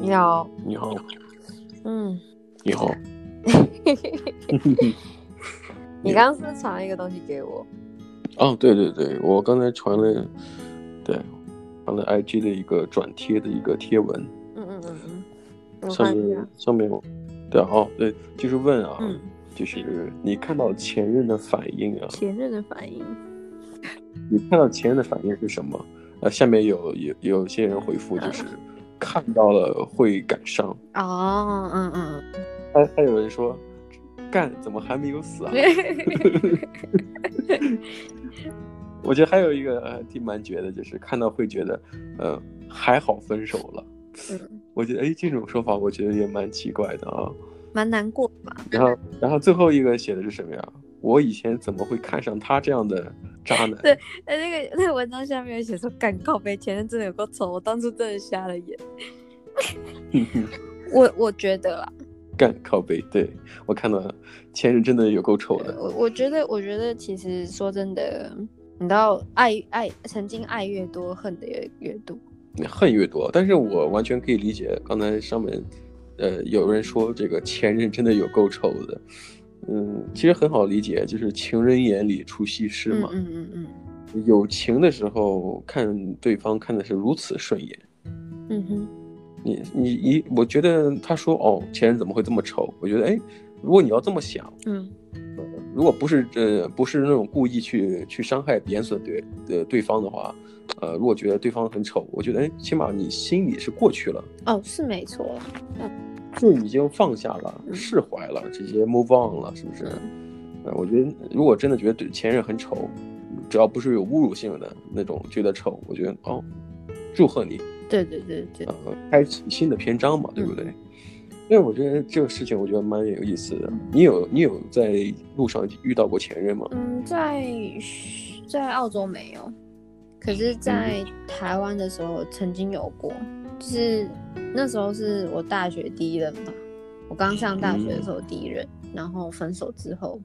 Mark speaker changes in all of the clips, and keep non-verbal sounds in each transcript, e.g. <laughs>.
Speaker 1: 你好，
Speaker 2: 你好，
Speaker 1: 嗯，
Speaker 2: 你好，
Speaker 1: 你刚刚是不是传了一个东西给我？
Speaker 2: 哦，对对对，我刚才传了，对，传了 IG 的一个转贴的一个贴文，
Speaker 1: 嗯嗯嗯嗯，我
Speaker 2: 上
Speaker 1: 看一下
Speaker 2: 面，上面有，对啊哦对，就是问啊，
Speaker 1: 啊嗯，
Speaker 2: 就是你看到前任的反应啊，
Speaker 1: 前任的反应，
Speaker 2: 你看到前任的反应是什么？呃，下面有有有些人回复就是看到了会感伤，
Speaker 1: 哦，嗯嗯，
Speaker 2: 还还有人说干怎么还没有死啊？
Speaker 1: 嗯
Speaker 2: 我觉得还有一个呃挺蛮绝的，就是看到会觉得，呃，还好分手了。
Speaker 1: 嗯
Speaker 2: <laughs> 我觉得哎，这种说法我觉得也蛮奇怪的啊。
Speaker 1: 蛮难过的吧？
Speaker 2: 然后，然后最后一个写的是什么呀？我以前怎么会看上他这样的渣男？
Speaker 1: 对哎， <laughs> 那个那个文章下面有写说，干靠背前任真的有够丑，我当初真的瞎了眼。我我觉得啦，
Speaker 2: <laughs> 干靠背，对我看到前任真的有够丑的。
Speaker 1: 我我觉得我觉得其实说真的，你知道爱爱曾经爱越多，恨的越越多。
Speaker 2: 恨越多，但是我完全可以理解刚才上面，呃，有人说这个前任真的有够丑的，嗯，其实很好理解，就是情人眼里出西施
Speaker 1: 嗯
Speaker 2: 嘛，
Speaker 1: 嗯嗯嗯
Speaker 2: 有情的时候看对方看的是如此顺眼，
Speaker 1: 嗯哼，
Speaker 2: 你你一，我觉得他说哦，前任怎么会这么丑？我觉得哎，如果你要这么想，
Speaker 1: 嗯
Speaker 2: 如果不是呃不是那种故意去去伤害贬损对呃对方的话，呃，如果觉得对方很丑，我觉得哎，起码你心里是过去了。
Speaker 1: 哦，是没错啦。
Speaker 2: 就已经放下了、
Speaker 1: 嗯
Speaker 2: 释怀了，直接 move on 了，是不是？呃，我觉得如果真的觉得对前任很丑，只要不是有侮辱性的那种觉得丑，我觉得哦，祝贺你，
Speaker 1: 对对对对，
Speaker 2: 呃，开启新的篇章嘛，对
Speaker 1: 嗯
Speaker 2: 不对？因为我觉得这个事情，我觉得蛮有意思的。你有你有在路上遇到过前任吗？
Speaker 1: 嗯，在在澳洲没有，可是，在台湾的时候曾经有过，就是那时候是我大学第一任吧，我刚上大学的时候第一任，然后分手之后，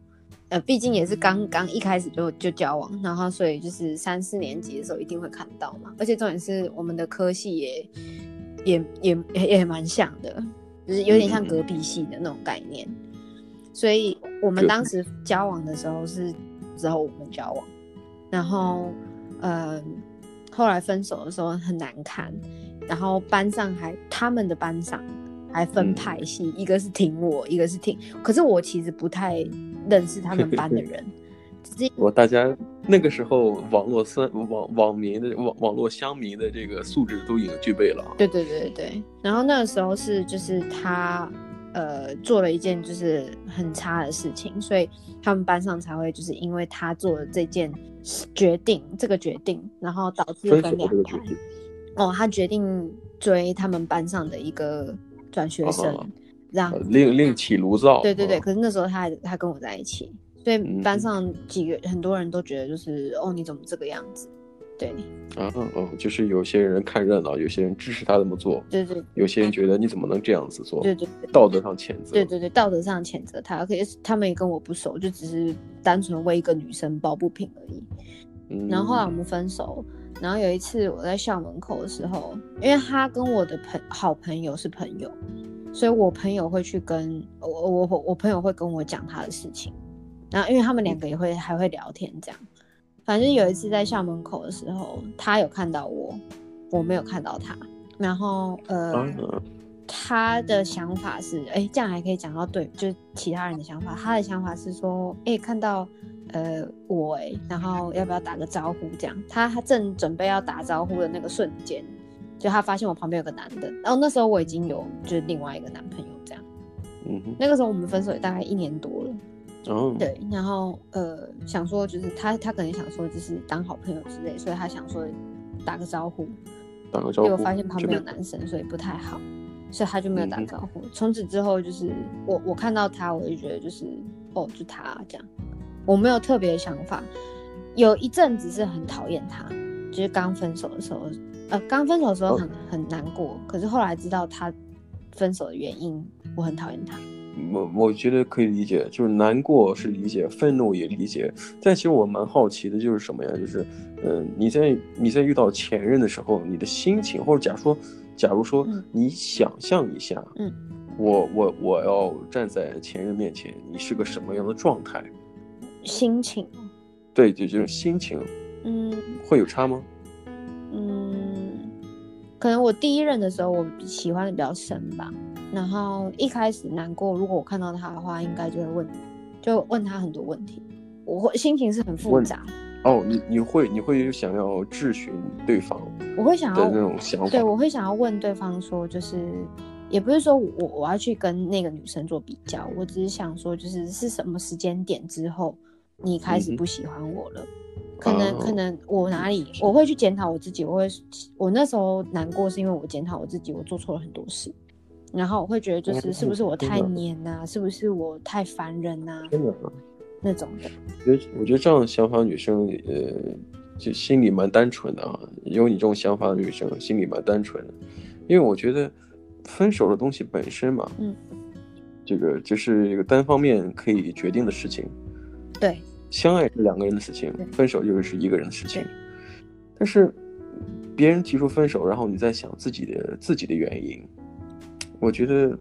Speaker 1: 呃，毕竟也是刚刚一开始就就交往，然后所以就是三四年级的时候一定会看到嘛，而且重点是我们的科系也也也也也蛮像的，就是有点像
Speaker 2: 嗯嗯嗯
Speaker 1: 隔壁系的那种概念。所以我们
Speaker 2: 就
Speaker 1: 当时交往的时候是之后我们交往，然后呃后来分手的时候很难看，然后班上还他们的班上还分
Speaker 2: 嗯
Speaker 1: 派系，一个是挺我，一个是挺，可是我其实不太认识他们班的人，只是
Speaker 2: 我大家那个时候网络三网网民的网网络乡民的这个素质都已经具备了啊。
Speaker 1: 对对对对对，然后那个时候是就是他呃做了一件就是很差的事情，所以他们班上才会就是因为他做了这件决定，这个决定，然后导致
Speaker 2: 分手
Speaker 1: 分
Speaker 2: 这
Speaker 1: 两
Speaker 2: 个决
Speaker 1: 派。
Speaker 2: 定，
Speaker 1: 哦，他决定追他们班上的一个转学生，
Speaker 2: 哦
Speaker 1: 让
Speaker 2: 呃另另起炉灶。
Speaker 1: 啊对对对，
Speaker 2: 啊
Speaker 1: 可是那时候他还他跟我在一起，所以
Speaker 2: 嗯
Speaker 1: 班上几个很多人都觉得就是哦你怎么这个样子？对
Speaker 2: 啊，嗯，就是有些人看热闹，有些人支持他这么做，
Speaker 1: 对对
Speaker 2: 有些人觉得你怎么能这样子做，
Speaker 1: 嗯对对
Speaker 2: 道德上谴责。
Speaker 1: 对对对，道德上谴责他，可是他们也跟我不熟，就只是单纯为一个女生抱不平而已。
Speaker 2: 嗯，
Speaker 1: 然后后来我们分手，然后有一次我在校门口的时候，因为他跟我的朋好朋友是朋友，所以我朋友会去跟我我我我朋友会跟我讲他的事情，然后因为他们两个也会还会聊天这样，反正有一次在校门口的时候，他有看到我，我没有看到他，然后呃。
Speaker 2: 啊，嗯
Speaker 1: 他的想法是，哎、这样还可以讲到对，就是其他人的想法。他的想法是说，哎、看到呃我哎、然后要不要打个招呼？这样，他他正准备要打招呼的那个瞬间，就他发现我旁边有个男的，然后那时候我已经有就是另外一个男朋友这样。
Speaker 2: 嗯哼，
Speaker 1: 那个时候我们分手也大概一年多了，
Speaker 2: 哦，
Speaker 1: 对，然后呃，想说就是他他可能想说就是当好朋友之类，所以他想说打个招呼，
Speaker 2: 打个招
Speaker 1: 结
Speaker 2: 呼。
Speaker 1: 果发现旁
Speaker 2: 这
Speaker 1: 边有
Speaker 2: 边
Speaker 1: 男生，所以不太好，所以他就没有打
Speaker 2: 嗯哼
Speaker 1: 招呼。从此之后，就是我我看到他，我就觉得就是哦，就他这样，我没有特别的想法。有一阵子是很讨厌他，就是刚分手的时候，呃，刚分手的时
Speaker 2: 哦
Speaker 1: 候很、很难过，可是后来知道他分手的原因，我很讨厌他。
Speaker 2: 我我觉得可以理解，就是难过是理解，愤怒也理解。但其实我蛮好奇的，就是什么呀？就是，嗯、你在你在遇到前任的时候，你的心情，或者假如说，假如说
Speaker 1: 嗯
Speaker 2: 你想象一下，
Speaker 1: 嗯，
Speaker 2: 我我我要站在前任面前，你是个什么样的状态？
Speaker 1: 心情，
Speaker 2: 对，就就是心情
Speaker 1: 嗯
Speaker 2: 会有差吗？
Speaker 1: 嗯，可能我第一任的时候我喜欢的比较深吧，然后一开始难过，如果我看到他的话，应该就会问，就问他很多问题，我会心情是很复
Speaker 2: 问
Speaker 1: 杂，
Speaker 2: 哦，你你会你会想要质询对方
Speaker 1: 我会想
Speaker 2: 的
Speaker 1: 要
Speaker 2: 那种想法
Speaker 1: 对，？我会想要问对方说，就是也不是说我我要去跟那个女生做比较，我只是想说，就是是什么时间点之后你开
Speaker 2: 嗯
Speaker 1: 始
Speaker 2: 哼
Speaker 1: 不喜欢我了。可能
Speaker 2: 哦
Speaker 1: 可能我哪里我会去检讨我自己，我会我那时候难过是因为我检讨我自己，我做错了很多事，然后我会觉得就
Speaker 2: 哦
Speaker 1: 是是不是我
Speaker 2: 真
Speaker 1: 太
Speaker 2: 的
Speaker 1: 黏呐、是不是我太烦人呐、
Speaker 2: 真的啊，
Speaker 1: 那种的。
Speaker 2: 我觉得我觉得这样的想法女生，呃，就心里蛮单纯的啊。有你这种想法的女生，心里蛮单纯的，因为我觉得分手的东西本身嘛，
Speaker 1: 嗯，
Speaker 2: 这个就是一个单方面可以决定的事情。
Speaker 1: 对，
Speaker 2: 相爱是两个人的事情
Speaker 1: 对，
Speaker 2: 分手就是一个人的事情
Speaker 1: 对。
Speaker 2: 但是别人提出分手，然后你再想自己的自己的原因，我觉得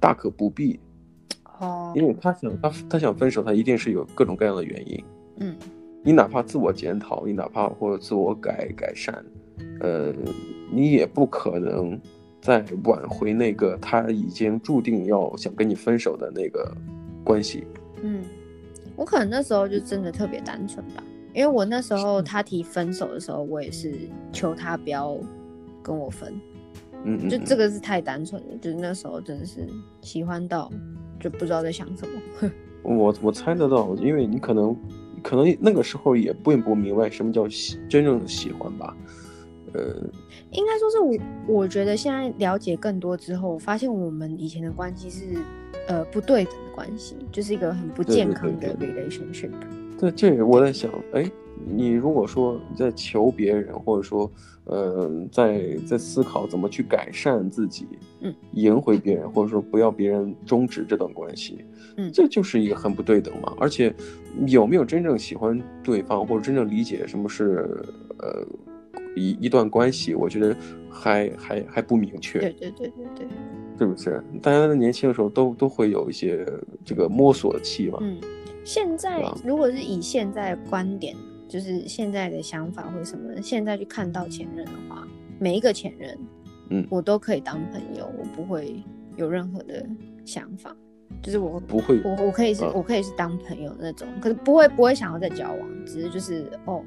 Speaker 2: 大可不必，
Speaker 1: 哦，
Speaker 2: 因为他想他他想分手，他一定是有各种各样的原因。
Speaker 1: 嗯，
Speaker 2: 你哪怕自我检讨，你哪怕或者自我改改善，呃，你也不可能再挽回那个他已经注定要想跟你分手的那个关系。
Speaker 1: 嗯，我可能那时候就真的特别单纯吧，因为我那时候他提分手的时候，我也是求他不要跟我分，
Speaker 2: 嗯嗯，
Speaker 1: 就
Speaker 2: 嗯
Speaker 1: 这个是太单纯了，就是那时候真的是喜欢到就不知道在想什么。
Speaker 2: 我我猜得到，因为你可能可能那个时候也并不明白什么叫喜真正的喜欢吧。呃，
Speaker 1: 应该说是我，我觉得现在了解更多之后，我发现我们以前的关系是呃不对等的关系，就是一个很不
Speaker 2: 对对
Speaker 1: 健
Speaker 2: 对
Speaker 1: 康的
Speaker 2: 对
Speaker 1: relationship。
Speaker 2: 对，这也我在想，哎，你如果说你在求别人，或者说，呃，在在思考怎么去改善自己，
Speaker 1: 嗯，
Speaker 2: 赢回别人，或者说不要别人终止这段关系，
Speaker 1: 嗯
Speaker 2: 这就是一个很不对等嘛。而且，有没有真正喜欢对方，或者真正理解什么是，呃，一一段关系，我觉得还还还不明确。
Speaker 1: 对对对对对，
Speaker 2: 是不是？大家在年轻的时候都都会有一些这个摸索期嘛。
Speaker 1: 嗯，现在
Speaker 2: 对啊
Speaker 1: 如果是以现在的观点，就是现在的想法或什么的，现在去看到前任的话，每一个前任，
Speaker 2: 嗯
Speaker 1: 我都可以当朋友，我不会有任何的想法，就是我
Speaker 2: 不会
Speaker 1: 我我可以是、
Speaker 2: 嗯
Speaker 1: 我可以是当朋友那种，可是不会不会想要再交往，只是就是哦，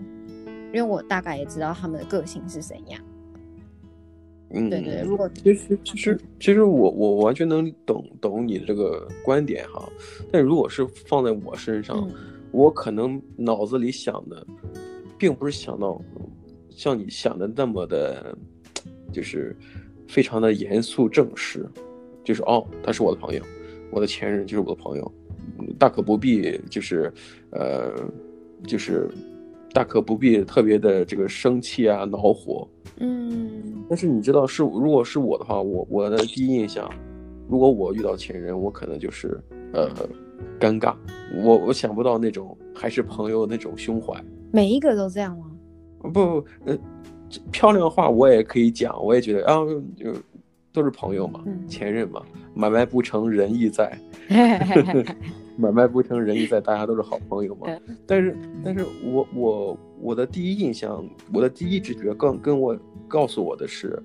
Speaker 1: 因为我大概也知道他们的个性是怎样，
Speaker 2: 嗯，
Speaker 1: 对对，如果
Speaker 2: 其实其实其实我我完全能懂懂你这个观点哈，但如果是放在我身上，
Speaker 1: 嗯
Speaker 2: 我可能脑子里想的，并不是想到像你想的那么的，就是非常的严肃正式，就是哦，他是我的朋友，我的前任就是我的朋友，嗯大可不必就是呃就是大可不必特别的这个生气啊恼火，
Speaker 1: 嗯
Speaker 2: 但是你知道是，如果是我的话，我我的第一印象，如果我遇到前任，我可能就是呃尴尬，我我想不到那种还是朋友那种胸怀。
Speaker 1: 每一个都这样吗？
Speaker 2: 不不，呃，这漂亮话我也可以讲，我也觉得啊，就都是朋友嘛，
Speaker 1: 嗯
Speaker 2: 前任嘛，买卖不成仁义在，买卖不成仁义在，大家都是好朋友嘛
Speaker 1: 对。
Speaker 2: 但是，但是我我我的第一印象，我的第一直觉更跟我告诉我的是，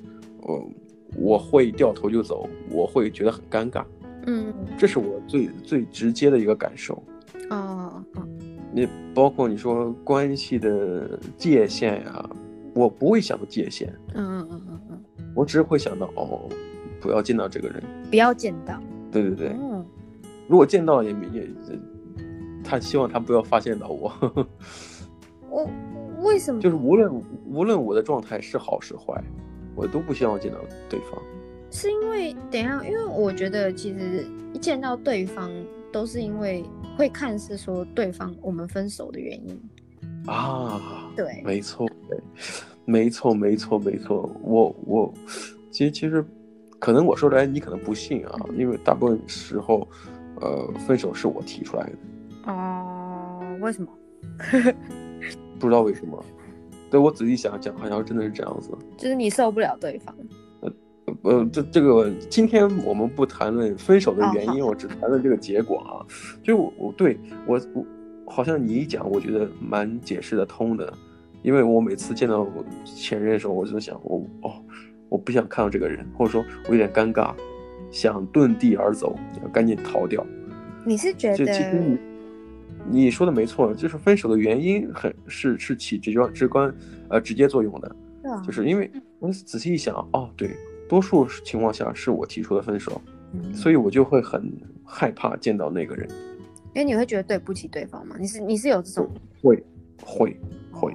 Speaker 2: 嗯，我会掉头就走，我会觉得很尴尬，
Speaker 1: 嗯
Speaker 2: 这是我最最直接的一个感受。
Speaker 1: 哦哦
Speaker 2: 那包括你说关系的界限呀、我不会想到界限，
Speaker 1: 嗯嗯嗯嗯嗯，
Speaker 2: 我只会想到哦，不要见到这个人。
Speaker 1: 不要见到。
Speaker 2: 对对对，
Speaker 1: 嗯，
Speaker 2: 如果见到也也，也他希望他不要发现到我。
Speaker 1: 我为什么？
Speaker 2: 就是无论无论我的状态是好是坏，我都不希望见到对方。
Speaker 1: 是因为等一下，因为我觉得其实一见到对方都是因为会看是说对方我们分手的原因。
Speaker 2: 啊，
Speaker 1: 对，
Speaker 2: 没错，对没错，没错，没错。我我其实其实，可能我说出来你可能不信啊，因为大部分时候，呃，分手是我提出来的，
Speaker 3: 哦，为什么？
Speaker 2: 不知道为什么。对我仔细想想，好像真的是这样子。
Speaker 3: 就是你受不了对方。
Speaker 2: 呃，这这个今天我们不谈论分手的原因，
Speaker 3: 哦好
Speaker 2: 我只谈论这个结果啊。就我我对我我好像你一讲，我觉得蛮解释得通的，因为我每次见到我前任的时候，我就想我哦，我不想看到这个人，或者说我有点尴尬，想遁地而走，赶紧逃掉。
Speaker 3: 你是觉
Speaker 2: 就其实你
Speaker 3: 得，
Speaker 2: 你说的没错，就是分手的原因很是是起直观直观呃直接作用的，
Speaker 3: 对
Speaker 1: 嗯
Speaker 3: 啊
Speaker 2: 就是因为我仔细一想，哦对，多数情况下是我提出的分手，
Speaker 3: 嗯
Speaker 2: 所以我就会很害怕见到那个人，
Speaker 3: 因为你会觉得对不起对方嘛？你是你是有这种
Speaker 2: 会会会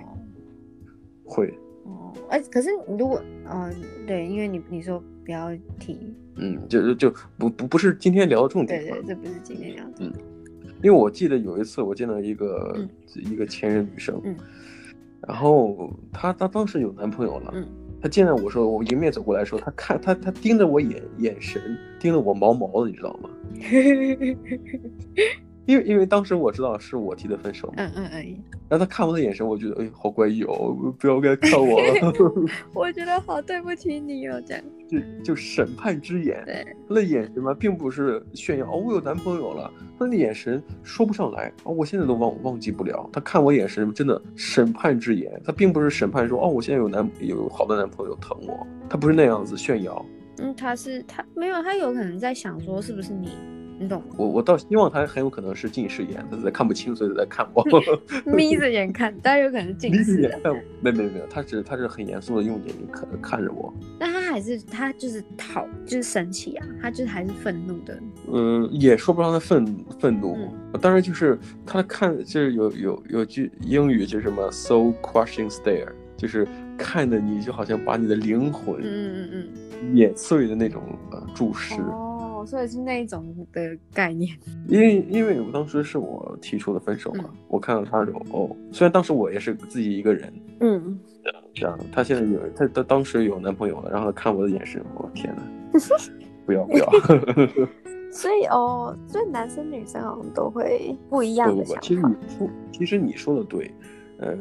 Speaker 2: 会，
Speaker 3: 哦，哎，可是你如果嗯、对，因为你你说不要提，
Speaker 2: 嗯，就就不不不是今天聊的重点
Speaker 3: 对
Speaker 2: 嘛
Speaker 3: 对，，这不是今天聊的，
Speaker 2: 因为我记得有一次我见到一个、
Speaker 3: 嗯
Speaker 2: 一个前任女生，
Speaker 3: 嗯
Speaker 2: 然后她她当时有男朋友了，
Speaker 3: 嗯
Speaker 2: 她见到我说我迎面走过来的时候，她看她她盯着我眼眼神盯着我毛毛的，你知道吗？因为因为当时我知道是我提的分手嘛，
Speaker 3: <laughs> 嗯嗯嗯，
Speaker 2: 然后她看我的眼神，我觉得哎好怪异哦，不要该看我了，
Speaker 3: 我觉得好对不起你哦，这样
Speaker 2: 就就审判之眼，
Speaker 3: 对，
Speaker 2: 她的眼神嘛，并不是炫耀哦，我有男朋友了。她的眼神说不上来啊、我现在都忘忘记不了。她看我眼神真的审判之眼，她并不是审判说哦，我现在有男有好的男朋友疼我，她不是那样子炫耀。
Speaker 3: 嗯，他是他没有，他有可能在想说是不是你，你懂
Speaker 1: <laughs>
Speaker 3: 吗？
Speaker 2: 我我倒希望她很有可能是近视眼，她在看不清，所以在看我，
Speaker 3: 眯着眼看，但有可能是近
Speaker 2: <laughs> 离
Speaker 3: 视
Speaker 2: 着
Speaker 3: 的
Speaker 2: 眼，看我。没没没有，她是她是很严肃的用眼睛看看着我，
Speaker 3: 但他还是他就是讨就是生气啊，他就是还是愤怒的，
Speaker 2: 嗯，也说不上她愤愤怒。
Speaker 3: 嗯
Speaker 2: 当然就是她看，就是有有有句英语就是什么 “soul crushing stare”，就是看的你就好像把你的灵魂
Speaker 3: 嗯嗯
Speaker 2: 碾碎的那种呃注视。
Speaker 3: 嗯，哦，所以是那一种的概
Speaker 1: <laughs>
Speaker 3: 念，
Speaker 2: 因为因为我当时是我提出的分手嘛，
Speaker 3: 嗯
Speaker 2: 我看到她的时候，哦，虽然当时我也是自己一个人，
Speaker 1: <laughs>
Speaker 3: 嗯，
Speaker 2: 这样，她现在有她她当时有男朋友了，然后她看我的眼神，我、天哪，不
Speaker 3: <laughs>
Speaker 2: 要不要，
Speaker 3: 所以哦，所以男生女生好像都会不一样
Speaker 2: 不
Speaker 3: 的
Speaker 2: 不
Speaker 3: 想
Speaker 2: 不，其实
Speaker 3: 法嗯
Speaker 2: 你。说，其实你说的对，呃，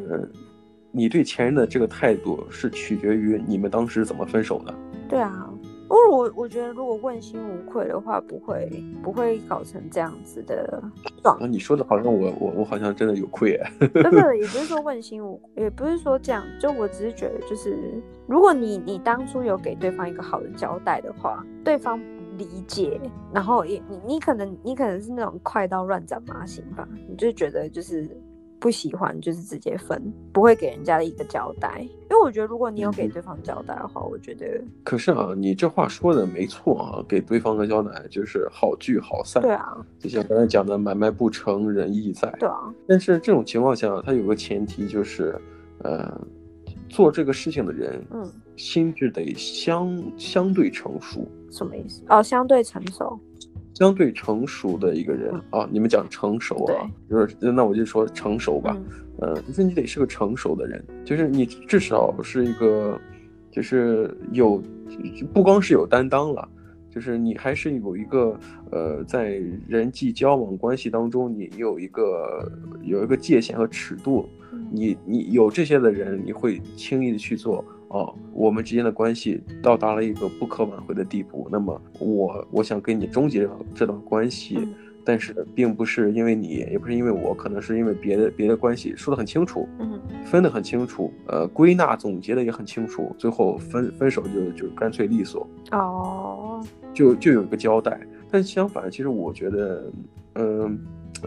Speaker 2: 你对前任的这个态度是取决于你们当时怎么分手的。
Speaker 1: 对啊，因为我我觉得如果问心无愧的话，不会不会搞成这样子的状
Speaker 2: 啊，你说的好像我我我好像真的有愧哎。
Speaker 1: <laughs> 不不，
Speaker 2: <laughs>
Speaker 1: 也不是说问心无，也不是说这样，就我只是觉得，就是如果你你当初有给对方一个好的交代的话，对方不理解，然后也你你可能你可能是那种快刀乱斩麻型吧，你就觉得就是不喜欢就是直接分，不会给人家一个交代，因为我觉得如果你有给
Speaker 2: 嗯
Speaker 1: 对方交代的话，我觉得
Speaker 2: 可是啊，你这话说的没错啊，给对方的交代就是好聚好散。
Speaker 1: 对啊
Speaker 2: 就像刚才讲的，买卖不成仁义在。
Speaker 1: 对啊，
Speaker 2: 但是这种情况下，它有个前提就是，呃，做这个事情的人
Speaker 1: 嗯，
Speaker 2: 心智得相相对成熟。
Speaker 1: 什么意思？哦，相对成熟，
Speaker 2: 相对成熟的一个人啊，你们讲成熟啊，就是那我就说成熟吧，
Speaker 1: 嗯
Speaker 2: 嗯，就是你得是个成熟的人，就是你至少是一个，就是有，不光是有担当了，就是你还是有一个呃，在人际交往关系当中，你有一个有一个界限和尺度，
Speaker 1: 嗯
Speaker 2: 你你有这些的人，你会轻易的去做哦。我们之间的关系到达了一个不可挽回的地步，那么我我想跟你终结这段关系，
Speaker 1: 嗯
Speaker 2: 但是并不是因为你，也不是因为我，可能是因为别的别的关系，说的很清楚，
Speaker 1: 嗯，
Speaker 2: 分得很清楚，呃，归纳总结的也很清楚，最后分分手就就干脆利索，
Speaker 1: 哦，
Speaker 2: 就就有一个交代。但相反，其实我觉得，嗯、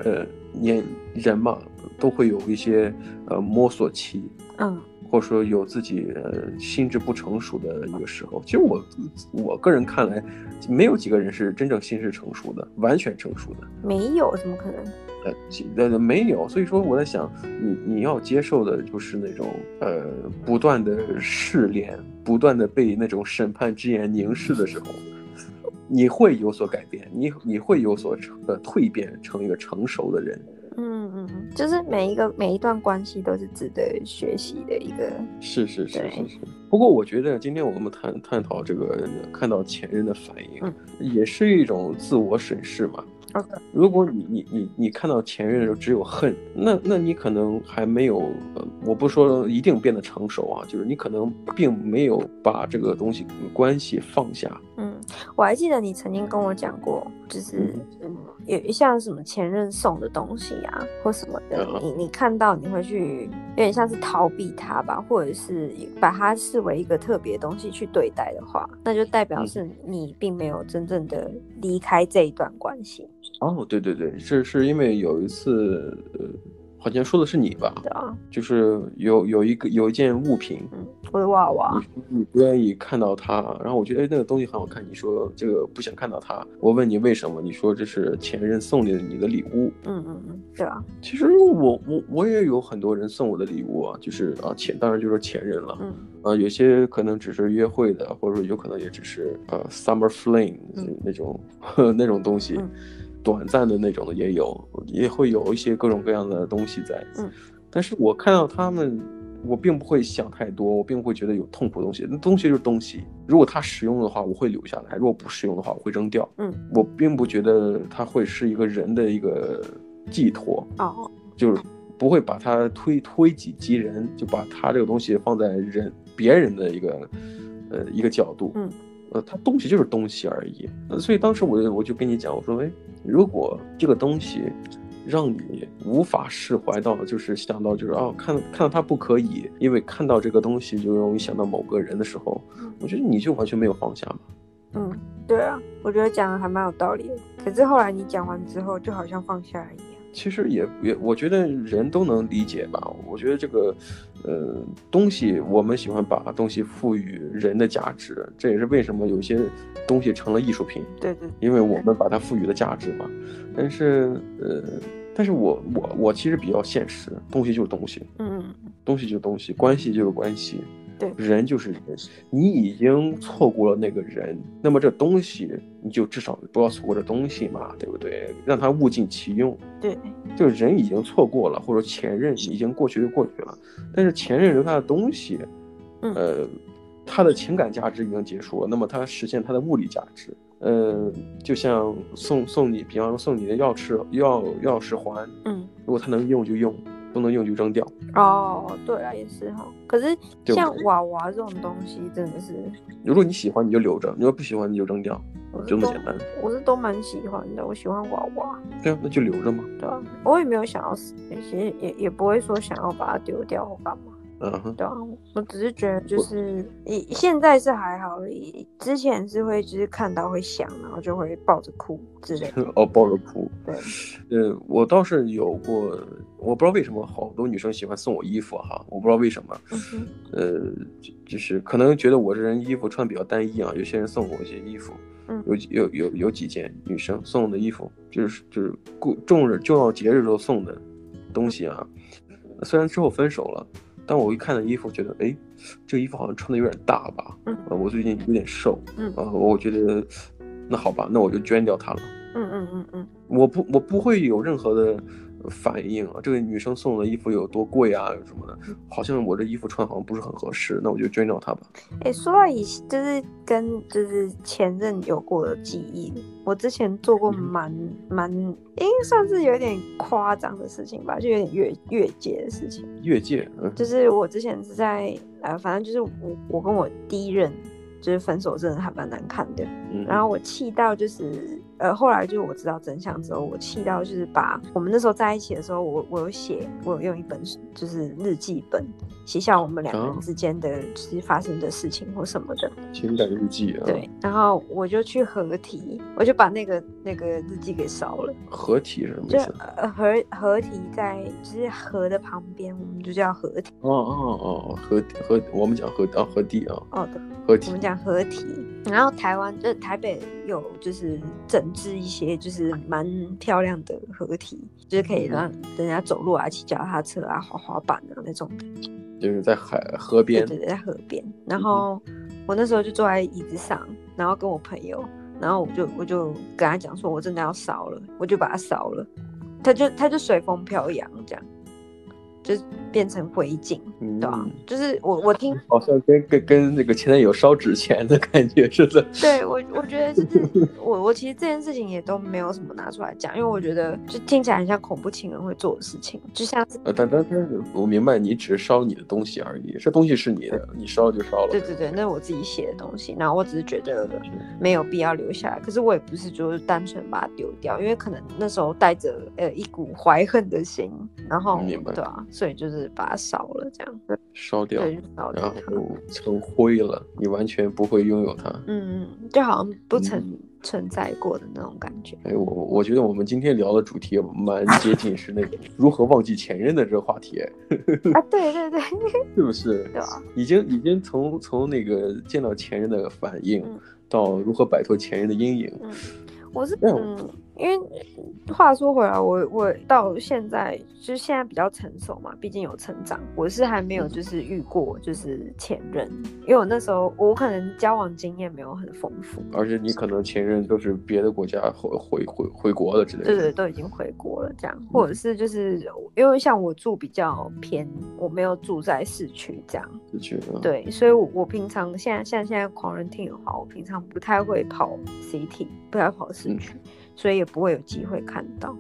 Speaker 2: 呃，年人嘛，都会有一些呃摸索期，
Speaker 1: 嗯
Speaker 2: 或者说有自己呃心智不成熟的一个时候。其实我我个人看来，没有几个人是真正心智成熟的，完全成熟的。
Speaker 1: 没有，怎么可能？
Speaker 2: 呃，其呃没有，所以说我在想，你你要接受的就是那种呃不断的试炼，不断的被那种审判之眼凝视的时候，你会有所改变，你你会有所成呃蜕变成一个成熟的人。
Speaker 1: 嗯嗯，嗯，就是每一个每一段关系都是值得学习的一个，
Speaker 2: 是是是
Speaker 1: 对
Speaker 2: 是是。不过我觉得今天我们探探讨这个看到前任的反应
Speaker 1: 嗯，
Speaker 2: 也是一种自我审视嘛。如果你你你你看到前任的时候只有恨，那那你可能还没有，呃，我不说一定变得成熟啊，就是你可能并没有把这个东西关系放下。
Speaker 1: 嗯，我还记得你曾经跟我讲过，就是嗯，有像什么前任送的东西啊，或什么的，
Speaker 2: 嗯
Speaker 1: 你你看到你会去有点像是逃避它吧，或者是把它视为一个特别东西去对待的话，那就代表
Speaker 2: 嗯
Speaker 1: 是你并没有真正的离开这一段关系，
Speaker 2: 哦，对对对，这是因为有一次，呃，好像说的是你吧，
Speaker 1: 对啊，
Speaker 2: 就是有有一个有一件物品，
Speaker 1: 嗯，我的娃娃，
Speaker 2: 你不愿意看到它，然后我觉得哎那个东西很好看，你说这个不想看到它，我问你为什么，你说这是前任送你的你的礼物。
Speaker 1: 嗯嗯嗯，对啊，
Speaker 2: 其实我我我也有很多人送我的礼物啊，就是啊前当然就是前任了，
Speaker 1: 嗯。
Speaker 2: 啊有些可能只是约会的，或者说有可能也只是呃 summer fling
Speaker 1: 嗯
Speaker 2: 那种、 <laughs> 呵那种东西，
Speaker 1: 嗯
Speaker 2: 短暂的那种的也有，也会有一些各种各样的东西在，
Speaker 1: 嗯
Speaker 2: 但是我看到他们。我并不会想太多，我并不会觉得有痛苦的东西。那东西就是东西，如果它实用的话，我会留下来；如果不实用的话，我会扔掉。
Speaker 1: 嗯，
Speaker 2: 我并不觉得它会是一个人的一个寄托。
Speaker 1: 哦，
Speaker 2: 就是不会把它推推己及人，就把它这个东西放在人别人的一个呃一个角度，
Speaker 1: 嗯，
Speaker 2: 呃，它东西就是东西而已。呃所以当时我就我就跟你讲，我说，哎，如果这个东西让你无法释怀到，就是想到就是哦，看看到它不可以，因为看到这个东西就容易想到某个人的时候
Speaker 1: 嗯，
Speaker 2: 我觉得你就完全没有放下嘛。
Speaker 1: 嗯，对啊，我觉得讲的还蛮有道理的。可是后来你讲完之后，就好像放下了一样。
Speaker 2: 其实也也，我觉得人都能理解吧。我觉得这个，呃，东西我们喜欢把东西赋予人的价值，这也是为什么有些东西成了艺术品，
Speaker 1: 对对，
Speaker 2: 因为我们把它赋予了价值嘛。但是，呃，但是我我我其实比较现实，东西就是东西，
Speaker 1: 嗯，
Speaker 2: 东西就是东西，关系就是关系，
Speaker 1: 对
Speaker 2: 人就是人。你已经错过了那个人，那么这东西你就至少不要错过这东西嘛，对不对？让它物尽其用。
Speaker 1: 对，
Speaker 2: 就人已经错过了，或者前任已经过去就过去了，但是前任留下的东西，
Speaker 1: 嗯
Speaker 2: 呃，他的情感价值已经结束了，那么他实现他的物理价值，呃，就像送送你，比方说送你的钥匙钥钥匙环，
Speaker 1: 嗯，
Speaker 2: 如果他能用就用，不能用就扔掉。
Speaker 1: 哦，对啊，也是哈。可是
Speaker 2: 对
Speaker 1: 像
Speaker 2: 我
Speaker 1: 娃娃这种东西，真的是，
Speaker 2: 如果你喜欢你就留着，你要不喜欢你就扔掉，
Speaker 1: 我是
Speaker 2: 就那
Speaker 1: 都
Speaker 2: 么简单。
Speaker 1: 我是都蛮喜欢的，我喜欢娃娃，
Speaker 2: 对啊，那就留着嘛。
Speaker 1: 对啊，我也没有想要死，其实也也不会说想要把它丢掉或干嘛，
Speaker 2: 嗯哼， <laughs>
Speaker 1: 对啊，我只是觉得就
Speaker 2: 我
Speaker 1: 是，以现在是还好，以之前是会就是看到会想，然后就会抱着哭之
Speaker 2: <laughs>
Speaker 1: 类的，
Speaker 2: 哦，抱着哭。
Speaker 1: 对，
Speaker 2: <laughs> 呃，我倒是有过，我不知道为什么好多女生喜欢送我衣服哈，我不知道为什么。
Speaker 1: 嗯哼，
Speaker 2: 呃，就就是可能觉得我这人衣服穿比较单一啊，有些人送我一些衣服，
Speaker 1: 嗯
Speaker 2: 有几有有有几件女生送我的衣服，就是就是故重日重要节日时候送的东西啊。虽然之后分手了，但我一看那衣服，觉得哎，这衣服好像穿的有点大吧，
Speaker 1: 嗯
Speaker 2: 呃我最近有点瘦，
Speaker 1: 嗯
Speaker 2: 啊、我觉得那好吧，那我就捐掉它了。
Speaker 1: 嗯嗯嗯嗯。
Speaker 2: 我不我不会有任何的反应啊，这个女生送我的衣服有多贵啊，有什么的，
Speaker 1: 嗯
Speaker 2: 好像我这衣服穿好像不是很合适，那我就捐掉它吧。
Speaker 1: 哎、说到以就是跟就是前任有过的记忆，我之前做过
Speaker 2: 嗯
Speaker 1: 蛮蛮，应该算是有点夸张的事情吧，就有点越越界的事情。
Speaker 2: 越界，嗯
Speaker 1: 就是我之前是在呃，反正就是我我跟我第一任就是分手，真的还蛮难看的。
Speaker 2: 嗯，
Speaker 1: 然后我气到就是，呃，后来就是我知道真相之后，我气到就是把我们那时候在一起的时候，我我有写，我有用一本就是日记本写下我们两个人
Speaker 2: 哦
Speaker 1: 之间的就是发生的事情或什么的。
Speaker 2: 情感日记啊，
Speaker 1: 对，然后我就去合体，我就把那个那个日记给烧了，
Speaker 2: 合体是什么
Speaker 1: 就
Speaker 2: 意思？
Speaker 1: 呃合合体在就是河的旁边，我们就叫合体。
Speaker 2: 哦哦哦，哦合合，我们讲合啊合地啊，
Speaker 1: 哦，对，
Speaker 2: 合体
Speaker 1: 我们讲合体。然后台湾就台北有就是整治一些就是蛮漂亮的合体，就是可以让人家走路啊、骑脚踏车啊、滑滑板啊那种。
Speaker 2: 就是在海河
Speaker 1: 对
Speaker 2: 边，
Speaker 1: 对对，在河边。然
Speaker 2: 嗯哼
Speaker 1: 后我那时候就坐在椅子上，然后跟我朋友，然后我就我就跟他讲说，我真的要烧了，我就把它烧了。他就他就随风飘扬这样，就是变成灰烬，
Speaker 2: 嗯，
Speaker 1: 对吧、啊就是我我
Speaker 2: <laughs>
Speaker 1: 听
Speaker 2: 好像跟跟跟那个前男友烧纸钱的感觉似
Speaker 1: <laughs>
Speaker 2: 的。
Speaker 1: 对我，我觉得就是 <laughs> 我，我其实这件事情也都没有什么拿出来讲，因为我觉得就听起来很像恐怖情人会做的事情，就像是
Speaker 2: 呃，但但但是我明白，你只是烧你的东西而已，这东西是你的，你烧就烧了。
Speaker 1: 对对对，那是我自己写的东西，然后我只是觉得没有必要留下来，可是我也不是就是单纯把它丢掉，因为可能那时候带着呃一股怀恨的心，然后
Speaker 2: 嗯明白
Speaker 1: 对啊，所以就是把它烧了这样，对，
Speaker 2: 烧掉，
Speaker 1: 对，就烧
Speaker 2: 然
Speaker 1: 掉
Speaker 2: 后
Speaker 1: 它。
Speaker 2: 成灰了，你完全不会拥有它。
Speaker 1: 嗯，嗯，就好像不曾
Speaker 2: 嗯
Speaker 1: 存在过的那种感觉。
Speaker 2: 哎，我我觉得我们今天聊的主题蛮接近是那个如何忘记前任的这个话题，嗯
Speaker 1: 啊，对对 <laughs> 对，
Speaker 2: 是不是？
Speaker 1: 对啊，
Speaker 2: 已经已经从从那个见到前任的反应
Speaker 1: 嗯，
Speaker 2: 到如何摆脱前任的阴影，
Speaker 1: 我是
Speaker 2: 嗯
Speaker 1: 嗯，因为话说回来，我我到现在就是现在比较成熟嘛，毕竟有成长。我是还
Speaker 2: 嗯
Speaker 1: 没有就是遇过就是前任，因为我那时候我可能交往经验没有很丰富，
Speaker 2: 而且你可能前任都是别的国家回回回回国了之类的。
Speaker 1: 对对，都已经回国了这样，
Speaker 2: 嗯
Speaker 1: 或者是就是因为像我住比较偏，我没有住在市区这样，
Speaker 2: 就觉得，
Speaker 1: 对，所以我，我平常现在像现在狂人听的话，我平常不太会跑 CT，不太跑市
Speaker 2: 嗯
Speaker 1: 区，所以也不会有机会看到。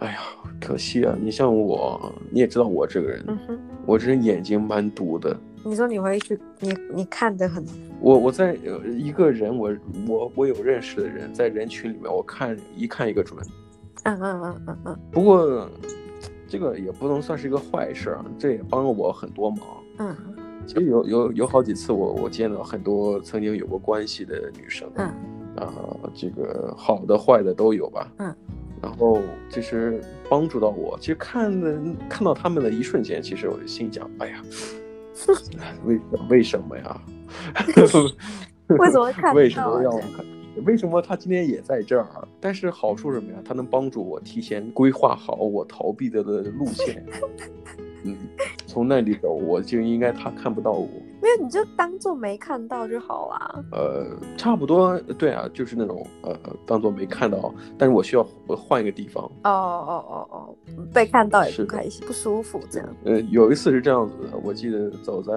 Speaker 2: 哎呀，可惜啊！你像我，你也知道我这个人，
Speaker 1: 嗯哼，
Speaker 2: 我这人眼睛蛮毒的。
Speaker 1: 你说你会去，你你看的很，
Speaker 2: 我我在呃一个人，我我我有认识的人，在人群里面，我看一看一个准。
Speaker 1: 嗯嗯嗯嗯嗯
Speaker 2: 不过这个也不能算是一个坏事儿，啊这也帮了我很多忙。
Speaker 1: 嗯
Speaker 2: 其实有有有好几次我，我见到很多曾经有过关系的女生，
Speaker 1: 嗯
Speaker 2: <laughs> 啊、这个好的坏的都有吧，
Speaker 1: 嗯，
Speaker 2: 然后其实帮助到我，其实看的看到他们的一瞬间，其实我就心想，哎
Speaker 1: <laughs>
Speaker 2: 呀，为为什么呀？ <laughs>
Speaker 1: 嗯，为什么会看到啊？
Speaker 2: 为什么要
Speaker 1: 这样
Speaker 2: 看？为什么他今天也在这儿？啊但是好处是什么呀？他能帮助我提前规划好我逃避的的路线。嗯，从那里走，我就应该他看不到我。
Speaker 1: 没有，你就当做没看到就好啦。
Speaker 2: 呃，差不多，对啊，就是那种呃，当做没看到，但是我需要呃换一个地方。
Speaker 1: 哦哦哦哦，被看到也
Speaker 2: 是
Speaker 1: 不
Speaker 2: 的
Speaker 1: 开心，不舒服这样。
Speaker 2: 呃，有一次是这样子的，我记得走在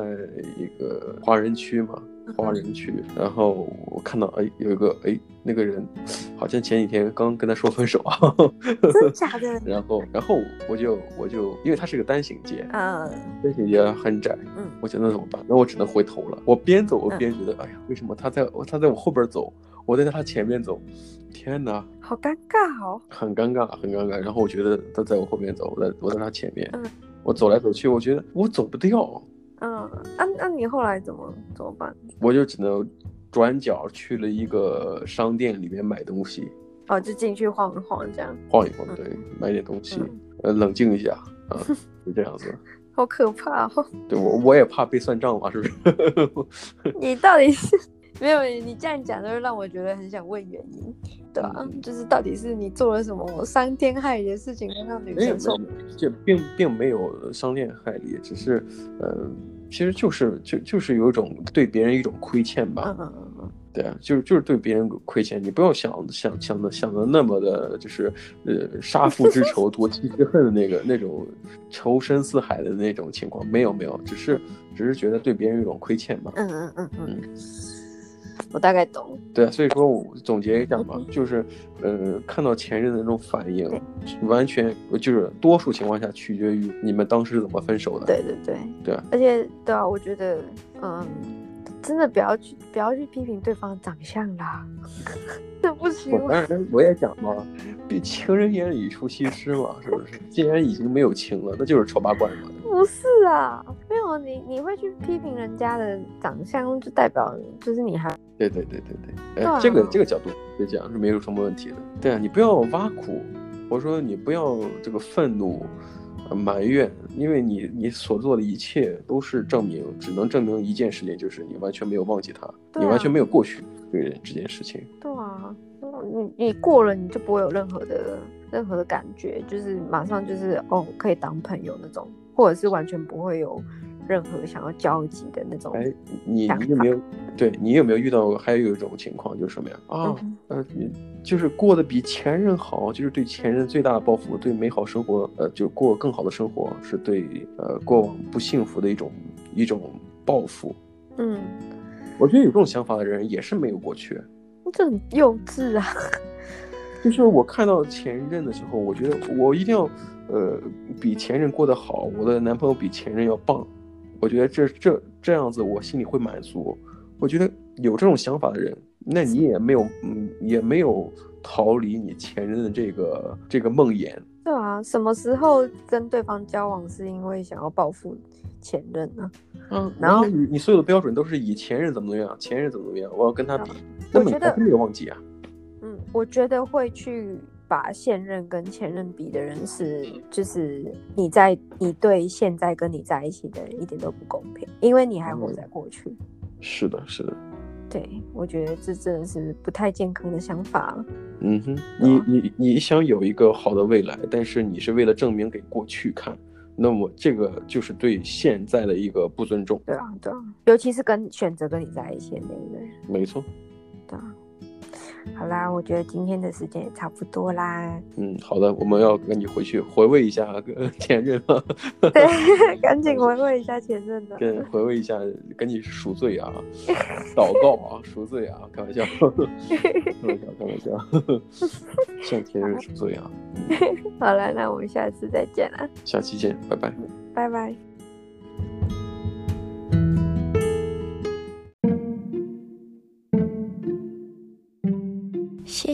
Speaker 2: 一个华人区嘛，华人区，然后我看到哎有一个哎那个人，好像前几天刚跟他说分手啊，
Speaker 1: 嗯真假的？
Speaker 2: 然后然后我就我就因为它是个单行街，
Speaker 1: 嗯
Speaker 2: 单行街很窄，
Speaker 1: 嗯，
Speaker 2: 我觉得那怎么办？那我只能回头了。我边走我边觉得，哎呀，为什么他在他在我后边走，我在他前面走？天哪，
Speaker 1: 好尴尬哦。
Speaker 2: 很尴尬，很尴尬。然后我觉得他在我后面走，我在我在他前面
Speaker 1: 嗯，
Speaker 2: 我走来走去，我觉得我走不掉，
Speaker 1: 嗯，那、啊、那、你后来怎么怎么办？
Speaker 2: 我就只能转角去了一个商店里面买东西，
Speaker 1: 哦，就进去晃一晃这样。
Speaker 2: 晃一晃，
Speaker 1: 嗯
Speaker 2: 对，买点东西
Speaker 1: 嗯，
Speaker 2: 呃，冷静一下
Speaker 1: <laughs>
Speaker 2: 啊，就这样子。
Speaker 1: 好可怕 <laughs> 哦！
Speaker 2: 对我我也怕被算账嘛，是不是？
Speaker 1: 你到底是没有你这样讲，就是让我觉得很想问原因，对吧、
Speaker 2: 嗯
Speaker 1: 就是到底是你做了什么伤天害理的事情，让女
Speaker 2: 没
Speaker 1: 生
Speaker 2: 有没
Speaker 1: 受
Speaker 2: 有
Speaker 1: 不了？，
Speaker 2: 这并并没有伤天害理，只是，呃，其实就是就就是有一种对别人一种亏欠吧，
Speaker 1: 嗯嗯嗯嗯，
Speaker 2: 对啊，就是就是对别人亏欠，你不要想想想的想的那么的，就是呃杀父之仇夺妻之恨的那个那种仇深似海的那种情况，没有没有，只是只是觉得对别人有一种亏欠吧，
Speaker 1: 嗯嗯嗯嗯，我大概懂。
Speaker 2: 对啊，所以说我总结一下嘛
Speaker 1: 嗯，
Speaker 2: 就是，呃，看到前任的那种反应
Speaker 1: 对，
Speaker 2: 完全就是多数情况下取决于你们当时是怎么分手的。
Speaker 1: 对对对
Speaker 2: 对啊，
Speaker 1: 而且对啊，我觉得嗯，真的不要去不要去批评对方的长相啦， <laughs> 这不行
Speaker 2: 我。当然我也讲嘛，毕情人眼里出西施嘛，是不是？既然已经没有情了，那就是丑八怪嘛。
Speaker 1: 不是啊，没有你，你会去批评人家的长相，就代表就是你还
Speaker 2: 对对对对对，
Speaker 1: 对啊
Speaker 2: 哎，这个这个角度就讲是没有什么问题的。对啊，你不要挖苦，我说你不要这个愤怒、呃埋怨，因为你你所做的一切都是证明，只能证明一件事情，就是你完全没有忘记他，
Speaker 1: 对啊
Speaker 2: 你完全没有过去这个这件事情。
Speaker 1: 对啊，你你过了，你就不会有任何的任何的感觉，就是马上就是哦可以当朋友那种，或者是完全不会有任何想要交集的那种。
Speaker 2: 哎，你
Speaker 1: 想
Speaker 2: 你有没有对你有没有遇到过？还有一种情况就是什么呀？
Speaker 1: 嗯
Speaker 2: 啊，呃，你就是过得比前任好，就是对前任最大的报复，对美好生活，呃，就是过更好的生活，是对呃过往不幸福的一种一种报复。
Speaker 1: 嗯，
Speaker 2: 我觉得有这种想法的人也是没有过去。
Speaker 1: 这很幼稚啊！ <laughs>
Speaker 2: 就是我看到前任的时候，我觉得我一定要，呃，比前任过得好，我的男朋友比前任要棒，我觉得这这这样子我心里会满足。我觉得有这种想法的人，那你也没有，嗯，也没有逃离你前任的这个这个梦魇。
Speaker 1: 对啊，什么时候跟对方交往是因为想要报复前任啊呢、
Speaker 2: 嗯，
Speaker 1: 然后
Speaker 2: 你你所有的标准都是以前任怎么怎么样，前任怎么怎么样，我要跟他比，
Speaker 1: 嗯我
Speaker 2: 那么你
Speaker 1: 觉得
Speaker 2: 还是没有忘记啊。
Speaker 1: 嗯，我觉得会去把现任跟前任比的人是，就是你在你对现在跟你在一起的人一点都不公平，因为你还活在过去。
Speaker 2: 是的，是的，
Speaker 1: 对，我觉得这真的是不太健康的想法。
Speaker 2: 嗯哼，
Speaker 1: 对
Speaker 2: 你
Speaker 1: 吧
Speaker 2: 你你想有一个好的未来，但是你是为了证明给过去看，那么这个就是对现在的一个不尊重。
Speaker 1: 对啊，对啊，尤其是跟选择跟你在一起的那一个人。
Speaker 2: 没错，
Speaker 1: 对啊，好啦，我觉得今天的时间也差不多啦。
Speaker 2: 嗯，好的，我们要跟你回去回味一下跟 <laughs> 前任啊了，
Speaker 1: 对， <laughs> 赶紧回味一下前任的。
Speaker 2: 跟回味一下，跟你赎罪啊，祷告啊，赎罪啊，开玩笑， <laughs> 开玩笑，开玩笑， <laughs> 向前任赎罪啊，
Speaker 1: 好了，那我们下次再见啦，
Speaker 2: 下期见，拜拜。
Speaker 1: 拜拜。
Speaker 4: 谢